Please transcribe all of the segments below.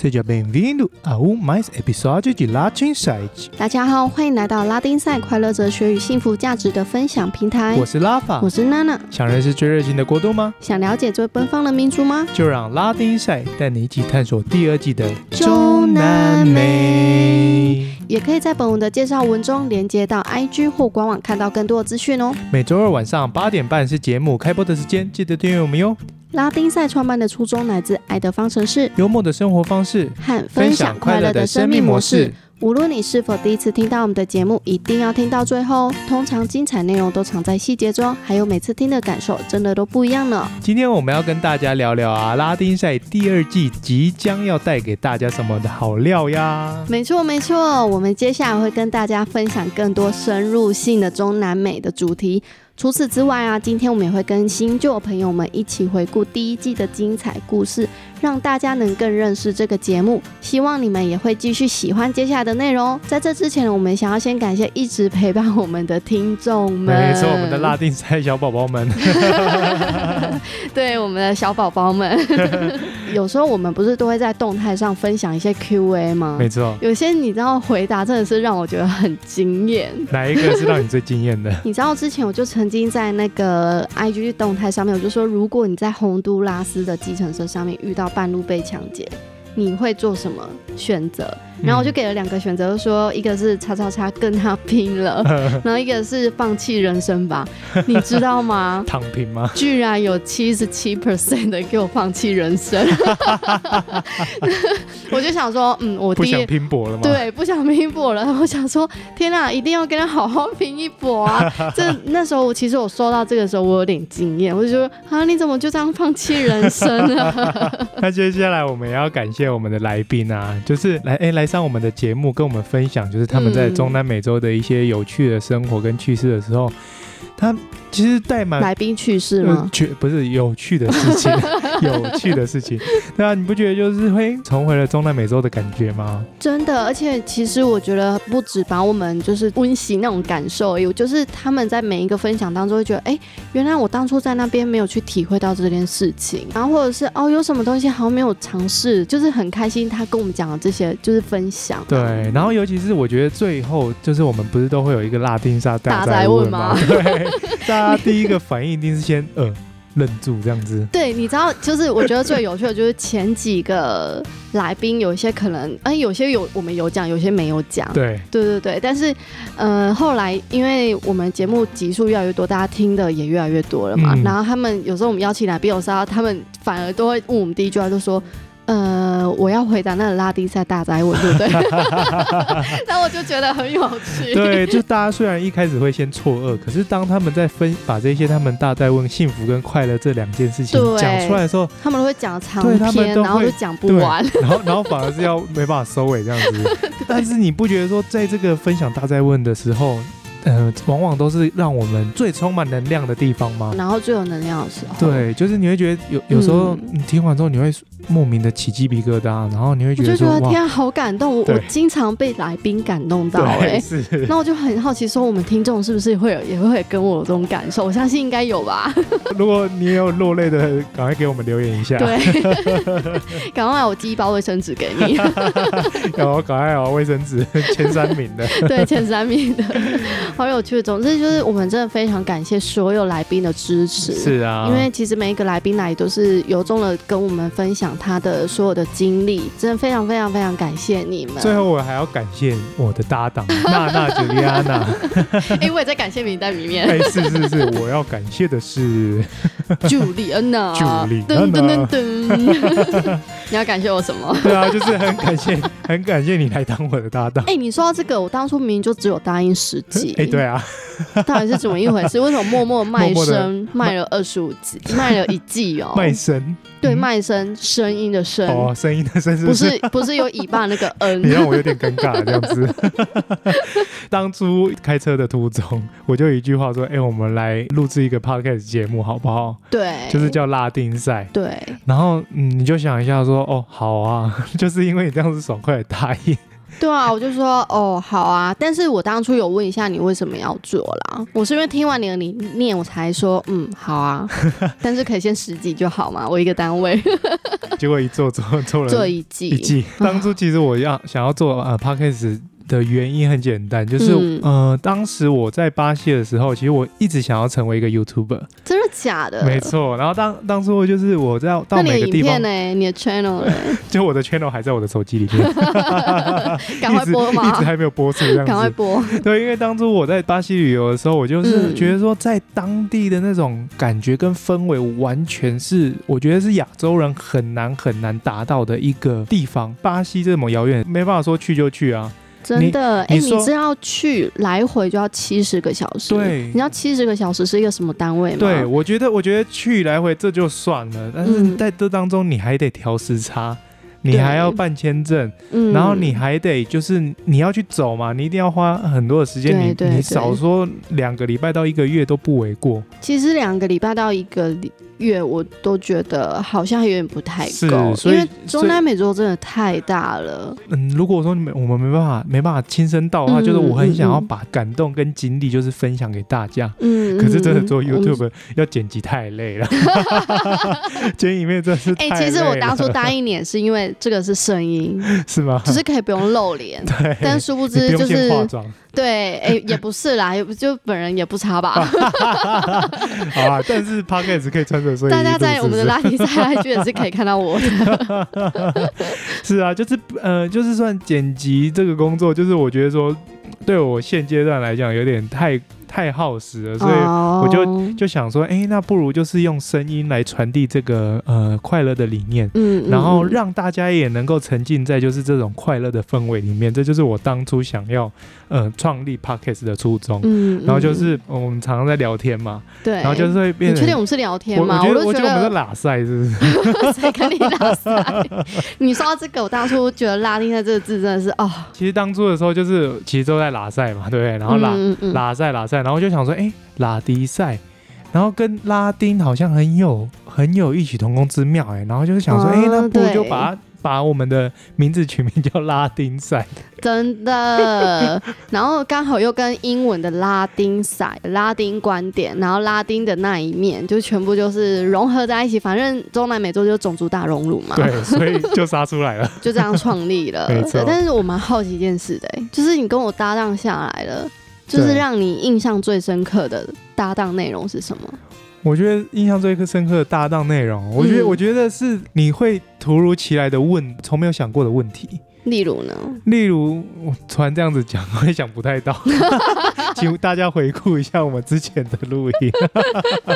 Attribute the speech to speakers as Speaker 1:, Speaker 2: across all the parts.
Speaker 1: Seja bem-vindo a um mais episódio de Latin Site。
Speaker 2: 大家好，欢迎来到拉丁赛快乐哲学与幸福价值的分享平台。
Speaker 1: 我是拉法
Speaker 2: 我，是娜娜，
Speaker 1: 想认识最热情的国度吗？
Speaker 2: 想了解最奔放的民族吗？
Speaker 1: 就让拉丁赛带你一起探索第二季的
Speaker 2: 中南
Speaker 1: 美。
Speaker 2: 也可以在本文的介绍文中连接到 IG 或官网看到更多的资讯哦。
Speaker 1: 每周二晚上八点半是节目开播的时间，记得订阅我们哟。
Speaker 2: 拉丁赛创办的初衷来自爱的方程式
Speaker 1: 幽默的生活方式，
Speaker 2: 和分享快乐的生命模式。。无论你是否第一次听到我们的节目，一定要听到最后哦。通常精彩内容都藏在细节中，还有每次听的感受真的都不一样呢。
Speaker 1: 今天我们要跟大家聊聊啊，拉丁赛第二季即将要带给大家什么的好料呀？
Speaker 2: 没错，没错，我们接下来会跟大家分享更多深入性的中南美的主题。除此之外啊，今天我们也会跟新旧朋友们一起回顾第一季的精彩故事，让大家能更认识这个节目。希望你们也会继续喜欢接下来的内容哦。在这之前呢，我们想要先感谢一直陪伴我们的听众们，
Speaker 1: 没错，我们的拉丁赛小宝宝们。
Speaker 2: 对我们的小宝 宝们。有时候我们不是都会在动态上分享一些 Q&A 吗？
Speaker 1: 没错，
Speaker 2: 有些你知道回答真的是让我觉得很惊艳。
Speaker 1: 哪一个是让你最惊艳的？？
Speaker 2: 你知道之前我就曾经在那个 IG 动态上面，我就说，如果你在洪都拉斯的计程车上面遇到半路被抢劫，你会做什么选择？ 然后我就给了两个选择，就说一个是叉叉叉跟他拼了，然后一个是放弃人生吧。你知道吗
Speaker 1: 嗯躺平吗？
Speaker 2: 居然有七十七 percent 的给我放弃人生， 我就想说，嗯，我
Speaker 1: 不
Speaker 2: 第一
Speaker 1: 想拼搏了吗？，
Speaker 2: 对，不想拼一搏了。我想说，天哪、一定要跟他好好拼一搏 啊！这那时候我其实我收到这个时候，我有点惊艳，我就觉得啊，你怎么就这样放弃人生啊 了？
Speaker 1: 那接下来我们也要感谢我们的来宾啊，就是来哎来上我们的节目，跟我们分享就是他们在
Speaker 2: 嗯
Speaker 1: 中南美洲的一些有趣的生活跟趣事的时候，他其实带满
Speaker 2: 来宾去世
Speaker 1: 呃
Speaker 2: 吗？
Speaker 1: 趣不是有趣的事 情，有趣的事情，对啊，你不觉得就是会重回了中南美洲的感觉吗？
Speaker 2: 真的，而且其实我觉得不止把我们就是温习那种感受而已，就是他们在每一个分享当中会觉得，哎、原来我当初在那边没有去体会到这件事情，然后或者是哦，有什么东西好像没有尝试，就是很开心他跟我们讲的这些就是分享。啊
Speaker 1: 对，然后尤其是我觉得最后就是我们不是都会有一个拉丁沙
Speaker 2: 大
Speaker 1: 灾
Speaker 2: 灾
Speaker 1: 问
Speaker 2: 问
Speaker 1: 吗？
Speaker 2: 吗
Speaker 1: 对，大家第一个反应一定是先呃愣住这样子。
Speaker 2: 对，你知道，就是我觉得最有趣的就是前几个来宾，有一些可能，哎、有些有我们有讲，有些没有讲。
Speaker 1: 对，
Speaker 2: 对对对，但是，呃，后来因为我们节目集数越来越多，大家听的也越来越多了嘛，
Speaker 1: 嗯
Speaker 2: 然后他们有时候我们邀请来宾，有时候他们反而都会问我们第一句话，就说。呃，我要回答那个拉丁赛大灾问，对不对？ 然后我就觉得很有趣。
Speaker 1: 对，就大家虽然一开始会先错愕，可是当他们在分把这些他们大在问幸福跟快乐这两件事情
Speaker 2: 对
Speaker 1: 讲出来的时候，
Speaker 2: 他们都会讲长
Speaker 1: 对他们
Speaker 2: 篇，
Speaker 1: 都
Speaker 2: 然后
Speaker 1: 会
Speaker 2: 就讲不
Speaker 1: 对
Speaker 2: 完。
Speaker 1: 然后 然后反而是要没办法收尾这样 子。但是你不觉得说，在这个分享大在问的时候，呃，往往都是让我们最充满能量的地方吗？
Speaker 2: 然后最有能量的时候，
Speaker 1: 对，就是你会觉得有有时候
Speaker 2: 嗯
Speaker 1: 你听完之后，你会莫名的起鸡皮疙瘩，然后你会
Speaker 2: 我
Speaker 1: 觉
Speaker 2: 就
Speaker 1: 得
Speaker 2: 觉
Speaker 1: 说
Speaker 2: 得
Speaker 1: 哇，
Speaker 2: 天、啊，好感动！我
Speaker 1: 对
Speaker 2: 我经常被来宾感动到哎、
Speaker 1: 对，
Speaker 2: 欸
Speaker 1: 是。
Speaker 2: 那我就很好奇，说我们听众是不是会有也会跟我有这种感受？我相信应该有吧。
Speaker 1: 如果你也有落泪的，赶快给我们留言一下，
Speaker 2: 对， 赶快我寄一包卫生纸给 你。
Speaker 1: 然后赶快哦，卫生纸 前三名的。
Speaker 2: 对，前三名的，好有趣。总之就是，我们真的非常感谢所有来宾的支持。
Speaker 1: 是啊，
Speaker 2: 因为其实每一个来宾来都是由衷的跟我们分享他的所有的经历，真的非常非常非常感谢你们。
Speaker 1: 最后我还要感谢我的搭档娜娜吉丽安娜，
Speaker 2: 哎、我也在感谢名单里面。
Speaker 1: 哎，是是是，我要感谢的是，
Speaker 2: 朱莉安娜，
Speaker 1: 朱莉安
Speaker 2: 嗯噔
Speaker 1: 娜
Speaker 2: 噔噔噔， 你要感谢我什么？
Speaker 1: 对啊，就是很感谢，很感谢你来当我的搭档。
Speaker 2: 哎、你说到这个，我当初明明就只有答应十集，
Speaker 1: 哎，对啊，
Speaker 2: 到底是怎么一回事？为什么默默卖
Speaker 1: 默默地
Speaker 2: 身卖了二十五集，卖了一季哦？
Speaker 1: 卖身
Speaker 2: 对卖身声音的声，
Speaker 1: 哦，声音的声是
Speaker 2: 不是不是有尾 巴那个
Speaker 1: 你
Speaker 2: 嗯，
Speaker 1: 让我有点尴尬这样子。 当初开车的途中，我就有一句话说：“哎、我们来录制一个 podcast 节目好不好？
Speaker 2: 对，
Speaker 1: 就是叫拉丁赛。
Speaker 2: 对。”
Speaker 1: 然后，嗯，你就想一下说：“哦，好啊。”就是因为你这样子爽快的答应，
Speaker 2: 对啊，我就说哦，好啊。但是我当初有问一下你为什么要做啦，我是因为听完你的理念，我才说嗯，好 啊。但是可以先十几就好嘛，我一个单位
Speaker 1: 结果一做做做
Speaker 2: 做
Speaker 1: 了
Speaker 2: 一
Speaker 1: 一
Speaker 2: 季。
Speaker 1: 季。 当初其实我要想要做呃 podcast 的原因很简单，就是、
Speaker 2: 嗯
Speaker 1: 呃，当时我在巴西的时候，其实我一直想要成为一个 YouTuber，
Speaker 2: 真的假的？
Speaker 1: 没。错。然后当当初就是我在
Speaker 2: 呃那
Speaker 1: 到
Speaker 2: 你的
Speaker 1: 每个
Speaker 2: 影
Speaker 1: 地方
Speaker 2: 片，呢？你的 channel 呢？
Speaker 1: 就我的 channel 还在我的手机里面，
Speaker 2: 赶快 播
Speaker 1: 一直
Speaker 2: 嘛，
Speaker 1: 还没有播出这样
Speaker 2: 赶快
Speaker 1: 子。
Speaker 2: 播。
Speaker 1: 对，因为当初我在巴西旅游的时候，我就是
Speaker 2: 嗯
Speaker 1: 觉得说，在当地的那种感觉跟氛围，完全是我觉得是亚洲人很难很难达到的一个地方。巴西这么遥远，没办法说去就去啊。
Speaker 2: 真的，哎、
Speaker 1: 你
Speaker 2: 你
Speaker 1: 说
Speaker 2: 是要去来回就要七十个小时，
Speaker 1: 对
Speaker 2: 你知道七十个小时是一个什么单位吗？
Speaker 1: 对，，我觉得我觉得去来回这就算了，但是
Speaker 2: 嗯
Speaker 1: 在这当中你还得调时差。你
Speaker 2: 对
Speaker 1: 还要办签证，
Speaker 2: 嗯
Speaker 1: 然后你还得就是你要去走嘛，你一定要花很多的时间，
Speaker 2: 对对
Speaker 1: 你你
Speaker 2: 对
Speaker 1: 少说两个礼拜到一个月都不为过。
Speaker 2: 其实两个礼拜到一个礼月，我都觉得好像有点不太
Speaker 1: 是
Speaker 2: 够，因
Speaker 1: 所以
Speaker 2: 为中南美洲真的太大了。
Speaker 1: 嗯，如果说你们我们没办法没办法亲身到的话，
Speaker 2: 嗯
Speaker 1: 就是我很想要
Speaker 2: 嗯嗯
Speaker 1: 把感动跟经历就是分享给大家。
Speaker 2: 嗯，
Speaker 1: 可是真的做
Speaker 2: 嗯嗯我们
Speaker 1: YouTube 要剪辑太累 了，剪影片真是
Speaker 2: 哎、
Speaker 1: 太累了。
Speaker 2: 其实我当初答应你也是因为这个是声音，
Speaker 1: 是吗？，
Speaker 2: 只是可以不用露脸
Speaker 1: 对，
Speaker 2: 但殊不
Speaker 1: 你
Speaker 2: 知
Speaker 1: 不
Speaker 2: 就
Speaker 1: 用
Speaker 2: 是
Speaker 1: 先化妆
Speaker 2: 对，哎、也不 是啦，也不就本人也不差吧。
Speaker 1: 啊好啊，但是 Podcast 可以穿着睡衣
Speaker 2: 大家
Speaker 1: 录
Speaker 2: 在我们的
Speaker 1: 是不是
Speaker 2: 拉力赛 IG 也是可以看到我的，
Speaker 1: 是啊，就是呃，就是算剪辑这个工作，就是我觉得说对我现阶段来讲有点太太耗时 了，所以
Speaker 2: 我
Speaker 1: 就就想说，哎、那不如就是用声音来传递这个呃快乐的理念，
Speaker 2: 嗯，
Speaker 1: 然后
Speaker 2: 嗯
Speaker 1: 让大家也能够沉浸在就是这种快乐的氛围里面，这就是我当初想要呃创立 podcast 的初衷。
Speaker 2: 嗯，嗯
Speaker 1: 然后就是呃我们常常在聊天嘛，
Speaker 2: 对，
Speaker 1: 然后就是会变
Speaker 2: 你确
Speaker 1: 成
Speaker 2: 定我们是聊天
Speaker 1: 我
Speaker 2: 吗？
Speaker 1: 觉得
Speaker 2: 都
Speaker 1: 嗯我觉
Speaker 2: 觉
Speaker 1: 得我们在
Speaker 2: 得
Speaker 1: 拉塞是不是？
Speaker 2: 谁跟你拉塞？ 你说到这个，我当初觉得“拉丁”在这个字真的是哦，
Speaker 1: 其实当初的时候就是其实都在拉塞嘛，对不对？然后拉、
Speaker 2: 嗯嗯嗯
Speaker 1: 拉塞拉塞，然后就想说，哎、拉迪赛。然后跟拉丁好像很有很有异曲同工之妙哎，然后就是想说，
Speaker 2: 哦
Speaker 1: 哎、那不如
Speaker 2: 对
Speaker 1: 就把它把我们的名字取名叫拉丁 赛，
Speaker 2: 真的。 然后刚好又跟英文的拉丁赛、拉丁观点，然后拉丁的那一面，就全部就是融合在一起。反正中南美洲就是种族大熔炉嘛，
Speaker 1: 对，所以就杀出来 了。。
Speaker 2: 就这样创立了
Speaker 1: 没错
Speaker 2: 但是我蛮好奇一件事的、欸就是你跟我搭档下来了，就是
Speaker 1: 对
Speaker 2: 让你印象最深刻的搭档内容是什么？
Speaker 1: 我觉得印象最深刻的搭档内容，我觉得、
Speaker 2: 嗯
Speaker 1: 我觉得是你会突如其来的问从没有想过的问题，
Speaker 2: 例如呢？
Speaker 1: 例如我突然这样子讲，我也想不太 到，请大家回顾一下我们之前的录音，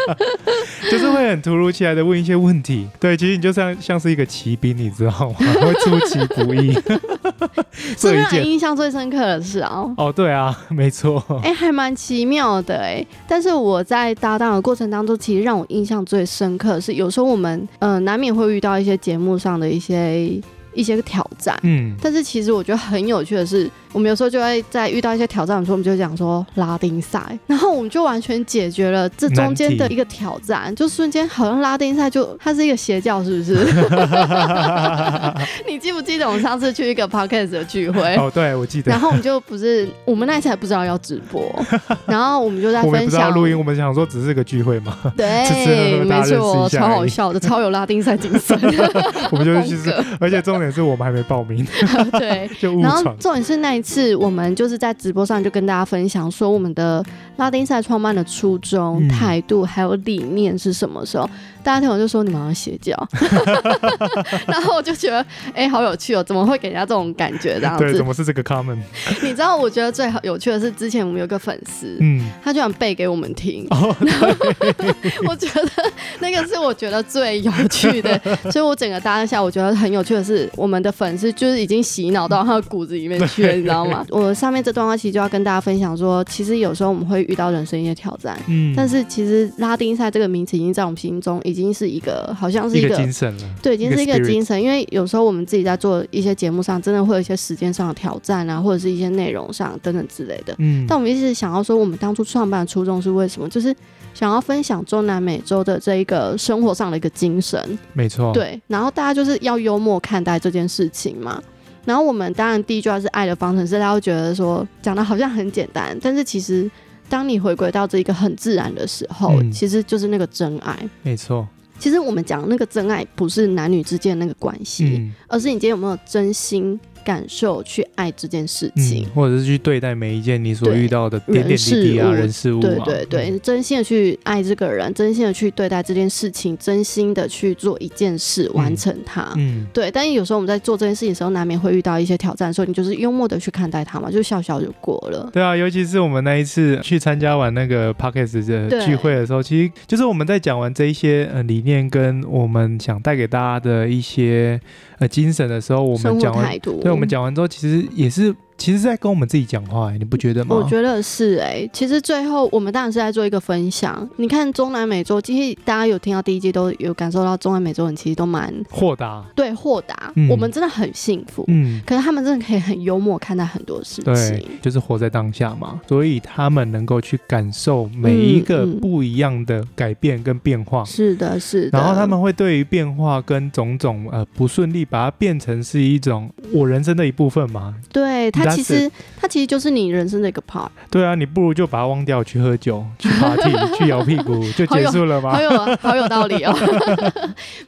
Speaker 1: 就是会很突如其来的问一些问题。对，其实你就像像是一个骑兵，你知 道吗？会出其不意，
Speaker 2: 啊是
Speaker 1: 这一
Speaker 2: 让
Speaker 1: 件
Speaker 2: 人印象最深刻的事啊。
Speaker 1: 哦，对啊，没 错，
Speaker 2: 哎、还蛮奇妙的哎、但是我在搭档的过程当中，其实让我印象最深刻的是，有时候我们呃难免会遇到一些节目上的一些一些挑战，
Speaker 1: 嗯，
Speaker 2: 但是其实我觉得很有趣的是，我们有时候就会在遇到一些挑战的时候，我们就讲说拉丁赛，然后我们就完全解决了这中间的一个挑战，就瞬间好像拉丁赛就它是一个邪教，是 不是？你记不记得我们上次去一个 podcast 的聚会？
Speaker 1: 哦，对，我记
Speaker 2: 然
Speaker 1: 得。
Speaker 2: 后我们就不是，我们那一次还不知道要直播， 然后我们就在
Speaker 1: 我们也
Speaker 2: 分
Speaker 1: 不知道
Speaker 2: 享
Speaker 1: 录音，我们想说只是个聚会嘛， 只是
Speaker 2: 对，
Speaker 1: 和大
Speaker 2: 没
Speaker 1: 家认识一下
Speaker 2: 错，超
Speaker 1: 而
Speaker 2: 好
Speaker 1: 已
Speaker 2: 笑的，超有拉丁赛精神，
Speaker 1: 我们就去吃
Speaker 2: 风，
Speaker 1: 而且重点是我们还没报名，
Speaker 2: 对。
Speaker 1: 就误
Speaker 2: 然后
Speaker 1: 闯。
Speaker 2: 重点是那一次，我们就是在直播上就跟大家分享说，我们的拉丁赛创办的初衷、
Speaker 1: 嗯
Speaker 2: 态度还有理念是什么时候？大家听完就说你们好像邪教， 然后我就觉得哎、好有趣哦，怎么会给人家这种感觉这样
Speaker 1: 对，
Speaker 2: 子
Speaker 1: 怎？么是这个 comment？
Speaker 2: 你知道，我觉得最好有趣的是，之前我们有个粉丝，
Speaker 1: 嗯，
Speaker 2: 他居然背给我们听，
Speaker 1: 哦，
Speaker 2: 我觉得那个是我觉得最有 趣的，所以我整个搭档下，我觉得很有趣的是，我们的粉丝就是已经洗脑到他的骨子里面去了，你知道吗？我上面这段话其实就要跟大家分享说，其实有时候我们会遇到人生一些挑战，
Speaker 1: 嗯，
Speaker 2: 但是其实拉丁赛这个名词已经在我们心中已经是一个好像是
Speaker 1: 一
Speaker 2: 一
Speaker 1: 个
Speaker 2: 个。
Speaker 1: 精神了。
Speaker 2: 对，已经是一
Speaker 1: 一
Speaker 2: 个
Speaker 1: 个 spirit
Speaker 2: 精神，因为有时候我们自己在做一些节目上，真的会有一些时间上的挑战啊，或者是一些内容上等等之类的。
Speaker 1: 嗯，
Speaker 2: 但我们一直想要说，我们当初创办的初衷是为什么？就是想要分享中南美洲的这一个生活上的一个精神，
Speaker 1: 没错，
Speaker 2: 对。然后大家就是要幽默看待这件事情嘛。然后我们当然第一句话是爱的方程式，大家会觉得说讲的好像很简单，但是其实当你回归到这一个很自然的时候，
Speaker 1: 嗯
Speaker 2: 其实就是那个真爱。
Speaker 1: 没错，
Speaker 2: 其实我们讲的那个真爱不是男女之间的那个关系，
Speaker 1: 嗯
Speaker 2: 而是你今天有没有真心感受去爱这件事情
Speaker 1: 嗯，。或者是去对待每一件你所
Speaker 2: 对
Speaker 1: 遇到的点点滴滴啊、
Speaker 2: 人
Speaker 1: 人事物啊，
Speaker 2: 对对对，真心的去爱这个人，真心的去对待这件事情，真心的去做一件事，完成它。
Speaker 1: 嗯，
Speaker 2: 对，但是有时候我们在做这件事情的时候，难免会遇到一些挑战，所以你就是幽默的去看待它嘛，就笑笑就过了。
Speaker 1: 对啊，尤其是我们那一次去参加完那个 p o c k e t 的
Speaker 2: 对
Speaker 1: 聚会的时候，其实就是我们在讲完这一些呃理念跟我们想带给大家的一些呃精神的时候，我
Speaker 2: 生
Speaker 1: 们
Speaker 2: 活
Speaker 1: 讲完
Speaker 2: 态度，
Speaker 1: 对，我们，讲完之后，其实也是，其实是在跟我们自己讲话、欸，你不觉得吗？
Speaker 2: 我觉得是哎、其实最后我们当然是在做一个分享。你看中南美洲，其实大家有听到第一季都有感受到，中南美洲人其实都蛮
Speaker 1: 豁达，
Speaker 2: 对豁达，
Speaker 1: 嗯
Speaker 2: 我们真的很幸福。
Speaker 1: 嗯，
Speaker 2: 可是他们真的可以很幽默看待很多事
Speaker 1: 对
Speaker 2: 情，，
Speaker 1: 就是活在当下嘛，所以他们能够去感受每一个
Speaker 2: 嗯嗯
Speaker 1: 不一样的改变跟变化。
Speaker 2: 是的，是的。
Speaker 1: 然后他们会对于变化跟种种呃不顺利，把它变成是一种我人生的一部分嘛。
Speaker 2: 对他
Speaker 1: That's
Speaker 2: 其实他其实就是你人生的一个 part，
Speaker 1: 对啊，你不如就把它忘掉，去喝酒，去 party，去摇屁股，就结束了
Speaker 2: 好
Speaker 1: 吗？
Speaker 2: 有好有道 理哦。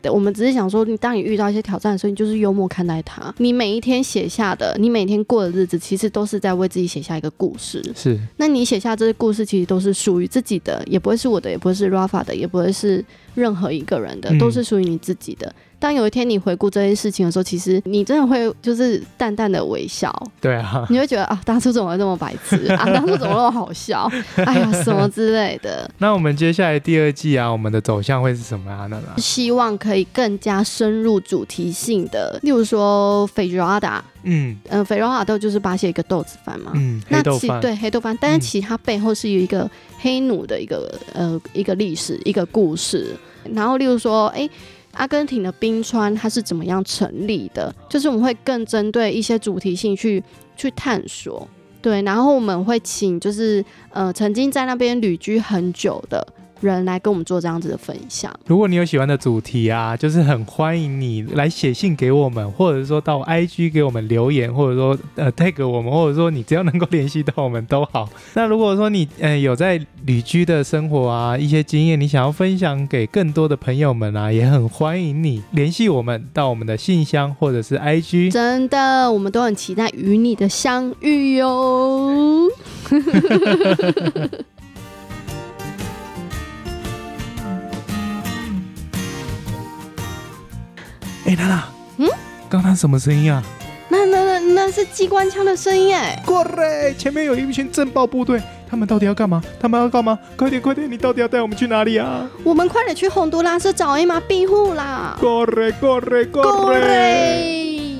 Speaker 2: 对，我们只是想说，你当你遇到一些挑战的时候，你就是幽默看待它。你每一天写下的，你每天过的日子，其实都是在为自己写下一个故事。
Speaker 1: 是，
Speaker 2: 那你写下这些故事，其实都是属于自己的，也不会是我的，也不会是 Rafa 的，也不会是任何一个人的，
Speaker 1: 嗯
Speaker 2: 都是属于你自己的。当有一天你回顾这些事情的时候，其实你真的会就是淡淡的微笑，
Speaker 1: 对啊，
Speaker 2: 你会觉得啊，当初怎么会这么白痴啊，当初怎么那么好笑，哎呀，什么之类的。
Speaker 1: 那我们接下来第二季啊，我们的走向会是什么啊？娜娜，
Speaker 2: 希望可以更加深入主题性的，例如说 f e j o a d a
Speaker 1: 嗯
Speaker 2: 嗯 f e j o a d a 就是巴西一个豆子饭嘛。
Speaker 1: 嗯，黑
Speaker 2: 那
Speaker 1: 豆
Speaker 2: 其
Speaker 1: 饭，
Speaker 2: 对黑豆饭，但是
Speaker 1: 嗯
Speaker 2: 其实它背后是有一个黑奴的一个呃一个历史一个故事。然后例如说，哎、阿根廷的冰川它是怎么样成立的？就是我们会更针对一些主题性去去探索。对，然后我们会请就是呃曾经在那边旅居很久的人来跟我们做这样子的分享。
Speaker 1: 如果你有喜欢的主题啊，就是很欢迎你来写信给我们，或者说到 IG 给我们留言，或者说呃 tag 我们，或者说你只要能够联系到我们都好。那如果说你呃有在旅居的生活啊一些经验，你想要分享给更多的朋友们啊，也很欢迎你联系我们到我们的信箱或者是 IG。
Speaker 2: 真的，我们都很期待与你的相遇哟。
Speaker 1: 哎，娜娜，
Speaker 2: 嗯，
Speaker 1: 刚刚什么声音啊？
Speaker 2: 那那那那是机关枪的声音哎，
Speaker 1: 过来，前面有一群政报部队，他们到底要干嘛？他们要干嘛？快点快点，你到底要带我们去哪里啊？
Speaker 2: 我们快点去洪都拉斯找一马庇护啦！
Speaker 1: Corre, corre,
Speaker 2: 各
Speaker 1: corre.
Speaker 2: 位，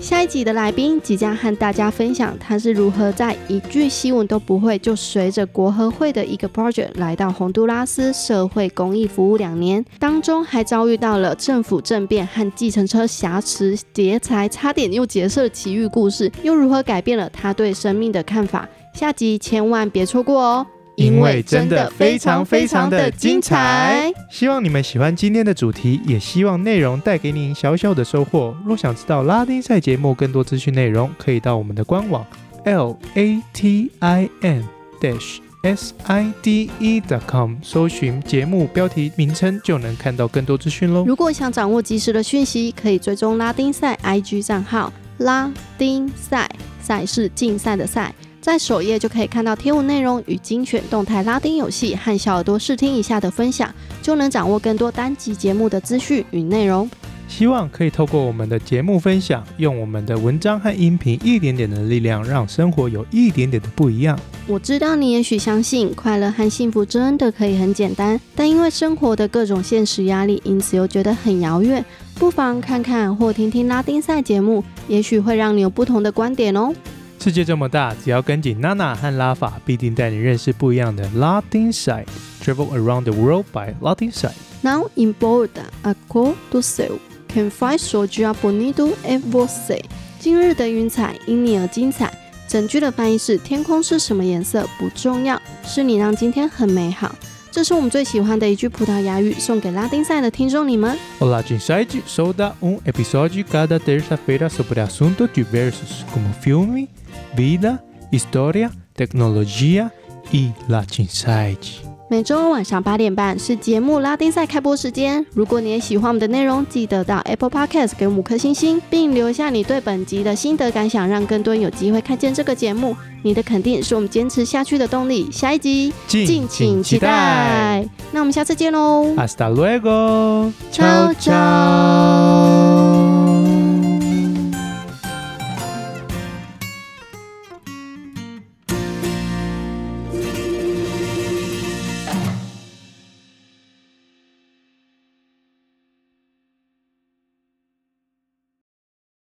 Speaker 2: 下一集的来宾即将和大家分享他是如何在一句西文都不会，就随着国合会的一个 project 来到洪都拉斯社会公益服务两年，当中还遭遇到了政府政变和计程车挟持劫财，差点又劫色的奇遇故事，又如何改变了他对生命的看法？下集千万别错过哦！
Speaker 1: 因为真的非常非常的精彩。希望你们喜欢今天的主题，也希望内容带给您小小的收获。若想知道拉丁赛节目更多资讯内容，可以到我们的官网 l a t i n dash s i d e dot com 搜寻节目标题名称，就能看到更多资讯喽。
Speaker 2: 如果想掌握及时的讯息，可以追踪拉丁赛 IG 账号拉丁赛，赛是竞赛的赛，在首页就可以看到贴文内容与精选动态拉丁游戏和小耳朵试听一下的分享，就能掌握更多单集节目的资讯与内容。
Speaker 1: 希望可以透过我们的节目分享，用我们的文章和音频一点点的力量，让生活有一点点的不一样。
Speaker 2: 我知道你也许相信快乐和幸福真的可以很简单，但因为生活的各种现实压力，因此又觉得很遥远。不妨看看或听听拉丁赛节目，也许会让你有不同的观点哦。
Speaker 1: 世界这么大，只要跟紧娜娜和拉法，必定带你认识不一样的拉丁 side。Travel around the world by Latin side。
Speaker 2: Now em borda a cor do céu, quem faz surgir bonito é você。今日的云彩因你而精彩。整句的翻译是：天空是什么颜色不重要，是你让今天很美好。这是我们最喜欢的一句葡萄牙语，送给拉丁赛的听众你们。
Speaker 1: Olá, de Inside, sou da um episódio cada terça-feira sobre assuntos diversos como filme, vida, história, tecnologia e Latin Side.
Speaker 2: 每周晚上八点半是节目拉丁赛开播时间。如果你也喜欢我们的内容，记得到 Apple Podcast 给我们五颗星星，并留下你对本集的心得感想，让更多人有机会看见这个节目。你的肯定是我们坚持下去的动力。下一集敬请期待。啊那我们下次见喽，
Speaker 1: Hasta luego.
Speaker 2: Ciao, ciao.